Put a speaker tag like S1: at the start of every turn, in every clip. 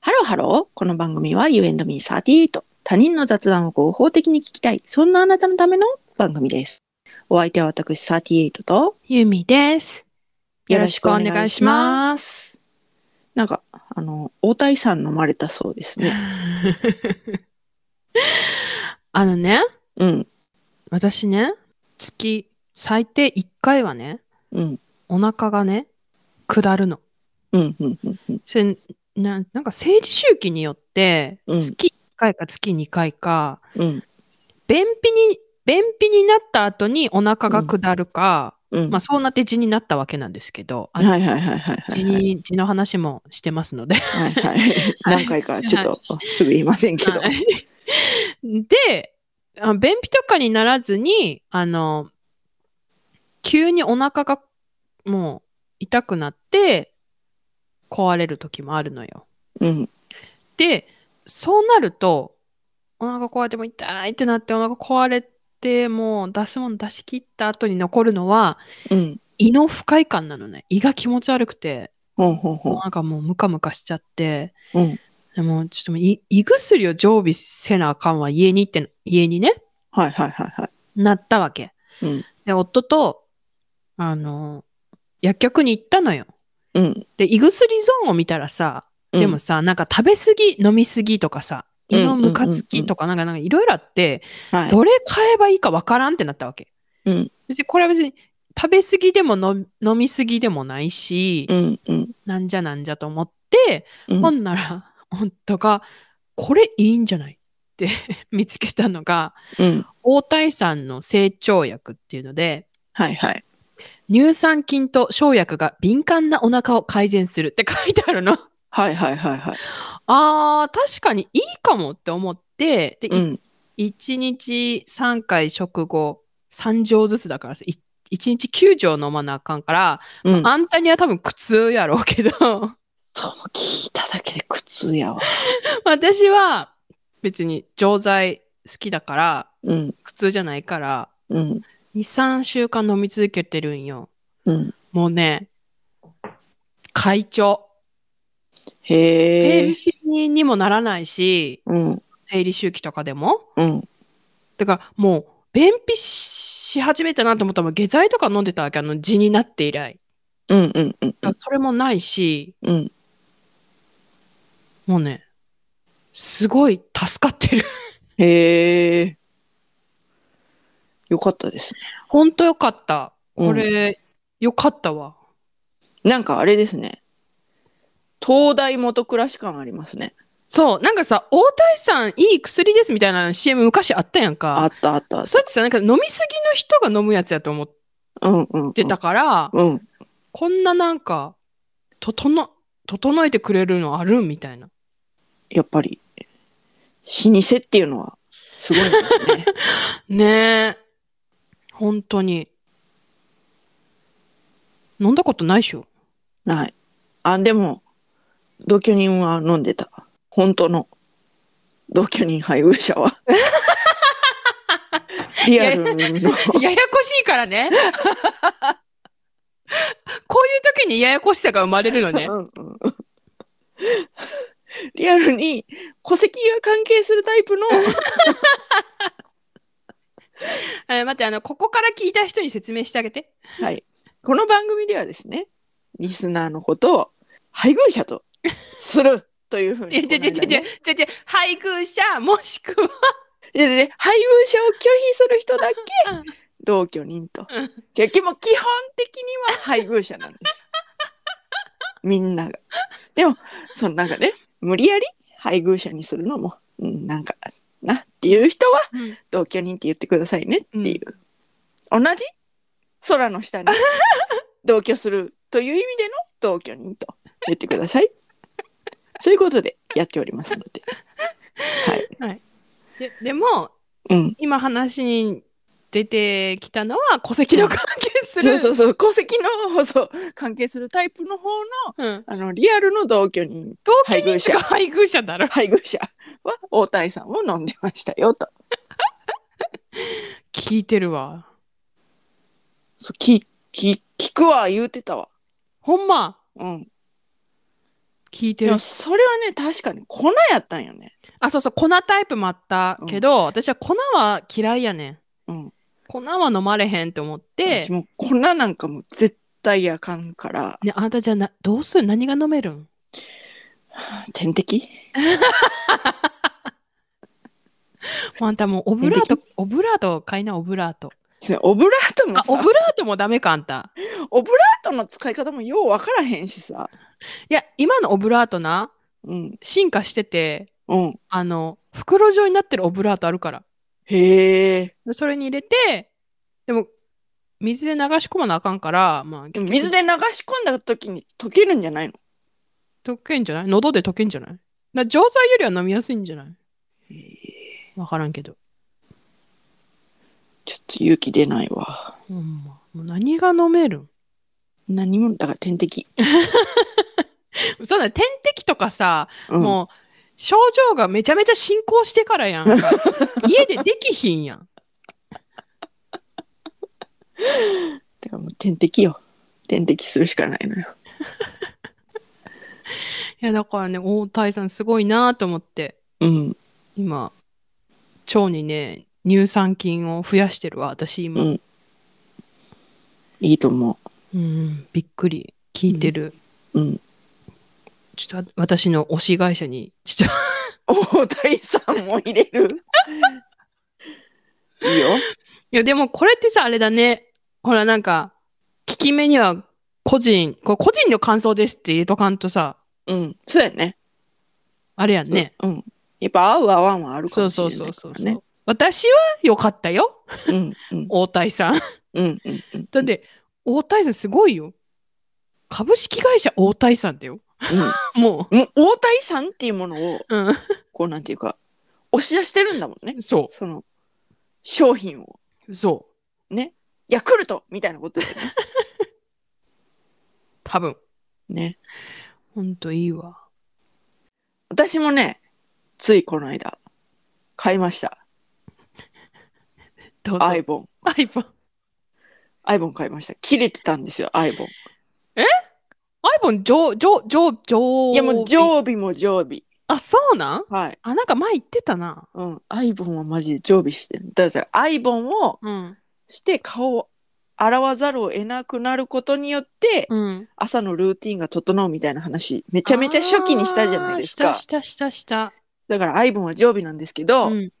S1: ハローハロー。この番組は You and me38。他人の雑談を合法的に聞きたい。そんなあなたのための番組です。お相手は私38と。
S2: ゆみです。よろしくお願いします
S1: なんか、あの、大谷さん飲まれたそうですね。
S2: あのね、
S1: うん、
S2: 私ね、月最低1回はね、
S1: うん、
S2: お腹がね、下るの。
S1: うん、うん、うんうん。
S2: それななんか生理周期によって、
S1: うん
S2: 月1回か月2回か、
S1: うん、
S2: 便秘に、便秘になった後にお腹が下るか、
S1: うん。
S2: まあそうなって痔になったわけなんですけど、あの
S1: はいはいはいはいはいはい。
S2: 痔痔の話もしてますので。
S1: はい はい。何回かちょっとすぐ言いませんけど。
S2: はいであ便秘とかにならずにあの急にお腹がもう痛くなって壊れる時もあるのよ。
S1: うん、
S2: でそうなるとお腹壊れても痛いってなってお腹壊れてもう出すもの出し切った後に残るのは
S1: うん。
S2: 胃の不快感なのね胃が気持ち悪くて
S1: ほうほうほう
S2: なんかもうムカムカしちゃって。
S1: うん
S2: でもちょっともう胃胃薬を常備せなあかんわ家にって家にね
S1: はいはいはいはい。
S2: なったわけ。
S1: うん
S2: で、夫と、あの、薬局に行ったのよ。
S1: うん。
S2: で、胃薬ゾーンを見たらさ、
S1: うん
S2: でも、さ、なんか食べ過ぎ、飲み過ぎとかさ、胃のムカつきとか、なんか、なんかいろいろあって、
S1: はい。
S2: どれ買えばいいかわからんってなったわけ。
S1: うん
S2: 別に、これは別に、食べ過ぎでも飲み飲み過ぎでもないし、
S1: うんうん。
S2: なんじゃなんじゃと思って、
S1: うん
S2: ほんなら、夫が、これいいんじゃないって 見つけたのが、
S1: うん。
S2: 大体産の成長薬っていうので、
S1: はいはい。
S2: 乳酸菌と生薬が敏感なお腹を改善するって 書いてあるの。
S1: はいはいはいはい。
S2: あー確かにいいかもって思ってで、
S1: うん。
S2: 1日3回食後3錠ずつだからさ1日9錠飲まなあかんから、
S1: うん。
S2: あんたには多分苦痛やろうけど
S1: そう、聞いただけで苦痛やわ。
S2: 私は別に錠剤好きだから
S1: うん。
S2: 苦痛じゃないから
S1: うん。
S2: 23週間飲み続けてるんよ。
S1: うん。
S2: もうね会長
S1: へ
S2: 便
S1: え。
S2: 秘にもならないし、
S1: うん。
S2: 生理周期とかでも。
S1: うん。
S2: だからもう、便秘し始めたなと思ったら、もう下剤とか飲んでたわけ、あの、痔になって以来。
S1: うん。うん。うん。
S2: だからそれもないし、
S1: うん。
S2: もうね、すごい助かってる。
S1: へえ。よかったですね。
S2: ほんとよかった。これ、よかったわ。
S1: なんかあれですね。東大元暮らし感ありますね。
S2: そう、なんかさ、大谷さんいい薬ですみたいな CM 昔あったやん
S1: あ
S2: か。
S1: ったあったあっ。
S2: そうやってさ、なんか飲みすぎの人が飲むやつやと思った
S1: うんうんうん。
S2: てたから、
S1: うん。
S2: こんななんか、整、整えてくれるのあるんみたいな。
S1: やっぱり、老舗っていうのはすごいんですね。
S2: ねえ。本当に。飲んだことないっし ょ。
S1: ない。あ、でも、同居人は飲んでた。本当の同居人配偶者 は。リアルの。
S2: ややこしいからね。こういう時にややこしさが生まれるの ね。
S1: うんうんリアルに戸籍が関係するタイ プの。
S2: あ待って、あの、ここから聞いた人に説明してあげて。
S1: はい。この番組ではですね、リスナーのことを配偶者とするというふう
S2: いや、
S1: に。
S2: ちょちょち
S1: こ
S2: ょちょ
S1: の間ね
S2: ちょちょ、配偶者、もしくは。
S1: ででで配偶者を拒否する人だけ
S2: うん
S1: 同居人と
S2: うん。
S1: 結局もう基本的には配偶者なんです。みんなが。でも、そのなんかね、無理やり配偶者にするのも、うん、なんか、なっていう人は
S2: うん
S1: 同居人って言ってくださいねっていう。同じ空の 下に同居するという意味での同居人と言ってください。そういうことでやっておりますので。はい。
S2: ででも、
S1: うん。
S2: 今話に出てきたのは、戸籍の関係す
S1: そ
S2: る。
S1: うそうそう。戸籍の、そう、関係するタイプの方の、
S2: うん。
S1: あの、リアルの同居人、
S2: 同居人とか配偶者だろ。
S1: 配偶者は大谷さんを飲んでましたよと。
S2: 聞いてるわ。
S1: そう聞聞聞くわ、言うてたわ。
S2: ほんま。
S1: うん。
S2: 聞いて
S1: で
S2: る
S1: もそれはね確かに粉やったんよね
S2: あそうそう粉タイプもあったけど、私は粉は嫌いやねん
S1: うん
S2: 粉は飲まれへんと思って
S1: 私、もう粉なんかもう絶対あかんから
S2: ね、あなたじゃあなどうする何が飲めるん
S1: 点滴
S2: もうあんたもうオブラー
S1: 点
S2: トオブラート買いなオブラート
S1: それオブラートも
S2: あ
S1: さ
S2: オブラートもダメかあんた
S1: オブラートの使い方もよう分からへんしさ
S2: いや今のオブラートな
S1: うん
S2: 進化してて
S1: うん
S2: あの袋状になってるオブラートあるから
S1: へえ
S2: でそれに入れてでも水で流し込まなあかんから、まあ、
S1: でも水で流し込んだ時に溶けるんじゃないの
S2: 溶けんじゃない喉で溶けんじゃないな錠剤よりは飲みやすいんじゃないわからんけど、
S1: ちょっと勇気出ないわ
S2: ほんま、もう何が飲めるん
S1: 何もだから点滴、
S2: そうだ点滴とかさ、
S1: うん、
S2: もう症状がめちゃめちゃ進行してからやん 家でできひんやん
S1: だからもう点滴よ点滴するしかないのよ
S2: いやだからね大谷さんすごいなと思って
S1: うん
S2: 今腸にね乳酸菌を増やしてるわ私今、
S1: う
S2: うんん
S1: いいと思
S2: びっくり聞いてる、
S1: ううん
S2: ちょっと私の推し会社にちょっ
S1: 大谷さんも入れる いいよ
S2: といやでもこれってさあれだねほらなんか聞き目には個人これ個人の感想ですって入れとかんとさ
S1: うんそうやね
S2: あれやんね
S1: うんやっぱ合う合わんはあるか
S2: そ
S1: も
S2: う
S1: し
S2: そ
S1: れ
S2: う
S1: ないか
S2: そ
S1: らね
S2: うそうそう私は良かったよ
S1: うんうん
S2: 大谷さん
S1: うんうんうん
S2: だって、大谷さんすごいよ。株式会社大谷さんだよ。
S1: うん
S2: も
S1: もう大谷さんっていうものを
S2: う。うん。
S1: こうなんていうか押し出してるんだもんね
S2: そ
S1: その商品を
S2: う。そう。
S1: ヤクルトみたいなことだよね
S2: 多分。
S1: ね
S2: ほんといいわ。
S1: 私もねついこの間買いました
S2: どうぞ。
S1: アイボン
S2: アイボン。
S1: アイボン買いました切れてたんですよアイボン
S2: アイボン、上、上、上、上。
S1: いやもう常備も常備
S2: あ、そうなん
S1: はい
S2: あ、なんか前言ってたな。
S1: うんアイボンはマジで常備してるだからアイボンを
S2: うん。
S1: して顔を洗わざるを得なくなることによって
S2: うん。
S1: 朝のルーティンが整うみたいな話めちゃめちゃ初期にしたじゃないです
S2: あー
S1: か
S2: したしたした
S1: だからアイボンは常備なんですけど、
S2: した。うん。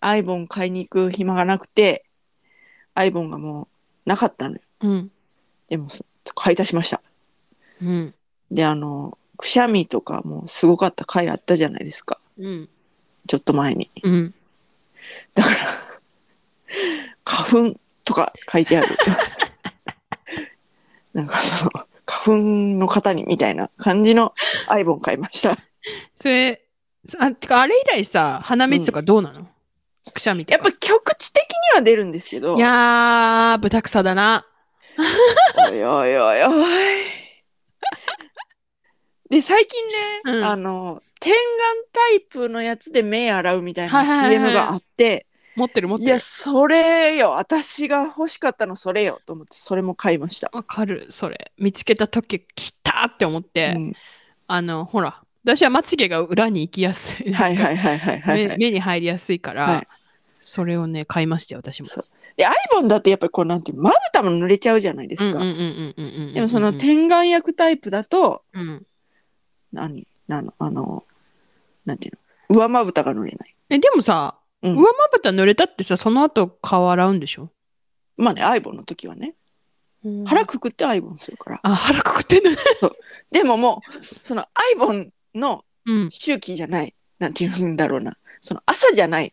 S1: アイボン買いに行く暇がなくてアイボンがもうなかったのよ
S2: うん。
S1: でもそ買い足しました
S2: うん。
S1: であのくしゃみとかもすごかった回あったじゃないですか
S2: うん。
S1: ちょっと前に
S2: うん。
S1: だから花粉とか書いてあ るなんかその花粉の方にみたいな感じのアイボン買いました
S2: それ、そあ、てかあれ以来さ、鼻水とかどうなの、くしゃみと
S1: やっ
S2: か。
S1: ぱ局地的には出るんですけど
S2: いやー、豚草だな。
S1: おいおいおいおい。で最近ね、
S2: うん
S1: あの点眼タイプのやつで目洗うみたいな
S2: は
S1: い
S2: はいはい
S1: CM があって、
S2: 持ってる持っ
S1: い
S2: てる。
S1: やそれよ私が欲しかったのそれよと思ってそれも買いました。
S2: わかる、それ。見つけた時、来たって思っ
S1: う
S2: て、
S1: ん、
S2: あの、ほら、私はまつげが裏に行きやすい。
S1: はいはいはいはいはい、は
S2: 目
S1: い。
S2: 目に入りやすいから、
S1: はい
S2: それをね、買いましたよ、私も。
S1: そうでアイボンだってやっぱりこうなんていうまぶたも濡れちゃうじゃないで
S2: う
S1: す
S2: んうん
S1: か。
S2: うんうんうんうんうん。
S1: でもその点眼薬タイプだと
S2: うん
S1: 何なのあのなんていうの上まぶたが濡れない。
S2: えでもさ、
S1: うん
S2: 上まぶた濡れたってさ、その後顔洗うんでしょ
S1: まあねアイボンの時はね腹くくってアイボンするから。
S2: あ、腹くくってんのね。
S1: でももうそのアイボンの
S2: うん。
S1: 周期じゃないなんていうんだろうなその朝じゃない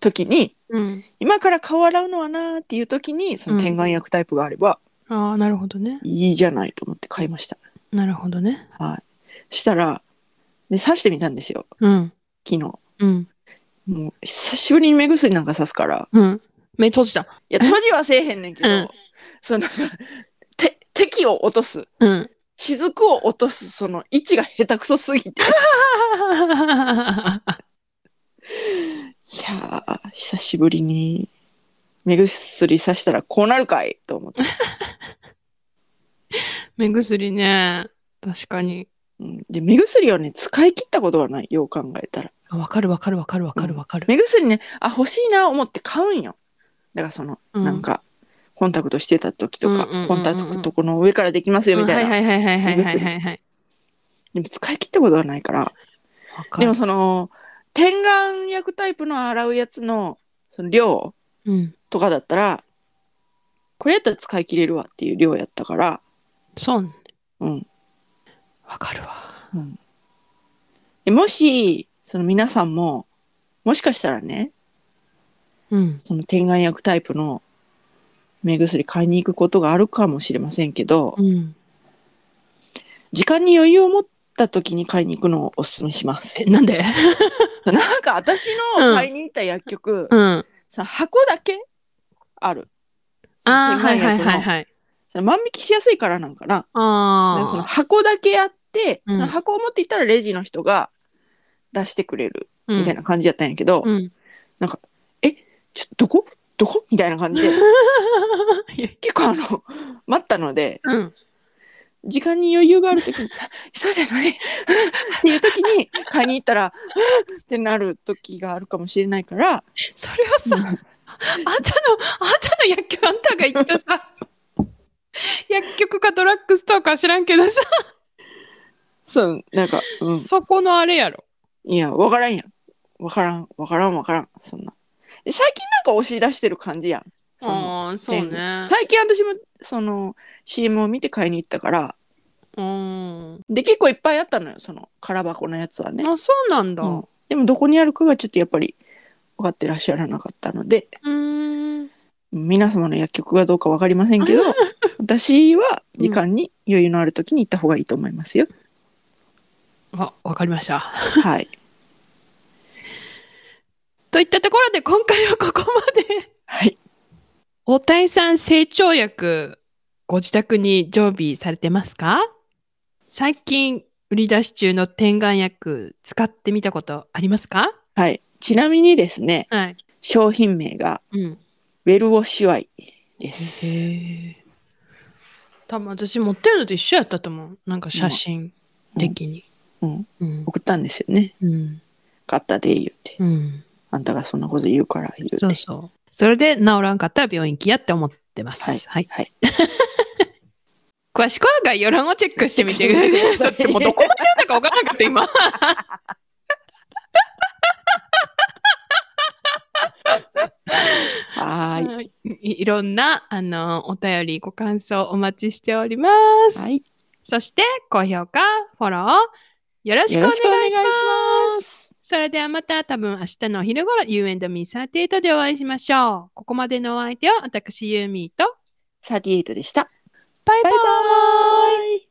S1: 時に
S2: うん、
S1: 今から顔洗うのはなーっていう時にその点眼薬タイプがあれば
S2: ああ、なるほどね。
S1: いいじゃないと思って買いました。
S2: なるほどね。
S1: はい、したらで刺してみたんですよ
S2: うん。
S1: 昨日。
S2: うん。
S1: もう久しぶりに目薬なんか刺すから
S2: うん。目閉じた。
S1: いや閉じはせえへんねんけど、
S2: うん
S1: その て敵を落とす
S2: うん。
S1: 雫を落とすその位置が下手くそすぎ ていやー久しぶりに目薬さしたらこうなるかいと思って
S2: 目薬ね。確かに。
S1: うん、で目薬をね使い切ったことがないよう考えたら
S2: あわかるわかるわかるわかるわかる。
S1: 目薬ねあ欲しいな思って買うんよだからその、
S2: う
S1: なんかコンタクトしてた時とか、
S2: うんうんうんうんうん
S1: コンタクトこの上からできますよみたいな、
S2: うんはいはいはいはい
S1: 目
S2: はい
S1: 薬
S2: はいはい。
S1: でも使い切ったことがないから
S2: わか
S1: でも
S2: る。
S1: その点眼薬タイプの洗うやつのその量
S2: うん。
S1: とかだったらこれやったら使い切れるわっていう量やったから
S2: そうね。
S1: うん
S2: わかるわ。
S1: でもしその皆さんももしかしたらね
S2: うん。
S1: その点眼薬タイプの目薬買いに行くことがあるかもしれませんけど
S2: うん。
S1: 時間に余裕を持った時に買いに行くのをおすすめします
S2: え、。なんで
S1: なんか私
S2: うん
S1: の買いに行った薬局、
S2: うん。
S1: その箱だけある。そ
S2: ああ、
S1: の
S2: は
S1: 点
S2: いは
S1: 眼
S2: い
S1: 薬
S2: はい
S1: の
S2: はい。
S1: その万引きしやすいからなんかな。
S2: あ
S1: で
S2: あ。
S1: その箱だけやって、
S2: うん
S1: その箱を持っていったらレジの人が出してくれるみたいな感じやったんやけど、
S2: うん。うん。
S1: ちょどこどこみたいな感じ で
S2: いや
S1: 結構あの待ったので
S2: うん。
S1: 時間に余裕がある時 に「そうじゃない」 っていう時に買いに行ったら 「ってなる時があるかもしれないから
S2: それはさ、
S1: うん
S2: あんたの、あんたの薬局、あんたが言っ たさ、薬局かドラッグストアか知らんけどさ、
S1: そうなんか、うん、
S2: そこのあれやろ。
S1: いやわからんやんわからんわからんわからんそんなで最近なんか押し出してる感じやんその
S2: ああー、そうね。
S1: 最近私もその CM を見て買いに行ったから
S2: うん。
S1: で結構いっぱいあったのよその空箱のやつはね、
S2: あ、そうなんだ。
S1: う
S2: うん
S1: でもどこにあるかがちょっとやっぱり分かってらっしゃらなかったので
S2: ーん。
S1: 皆様の薬局がどうか分かりませんけど私は時間に余裕のある時に行った方がいいと思いますよ、
S2: あ、わかりました。
S1: はい
S2: といったところで、今回はここまで。
S1: はい
S2: 大谷さん成長薬ご自宅に常備されてますか最近売り出し中の点眼薬使ってみたことありますか
S1: はいちなみにですね
S2: はい。
S1: 商品名が
S2: うん。
S1: ウェルウォッシュアイです
S2: へえ。多分私持ってるのと一緒やったと思う。なんか写真的に。
S1: うん
S2: うん。
S1: 送ったんですよね
S2: うん。
S1: 買ったで言うて
S2: うん。
S1: あんたがそんなこと言うから言うて
S2: そうそう。それで治らんかったら病院行きやって思ってます。
S1: はい
S2: はい。
S1: はい
S2: 詳しくは概要欄をチェックしてみてく
S1: チ ェッ
S2: だ
S1: クしてみてください
S2: さい。だってもうどこまでやったか分からなかった今。
S1: はーい
S2: い、いろんなあのお便りご感想お待ちしておりま
S1: は
S2: す。
S1: い
S2: そして高評価フォローよろしくお願いします。
S1: す。
S2: それではまた多分明日のお昼ごろ You and me38 でお会いしましょう。ここまでのお相手は私ユーミーと
S1: 38でした。
S2: バイバ
S1: バイバ
S2: イ
S1: イ。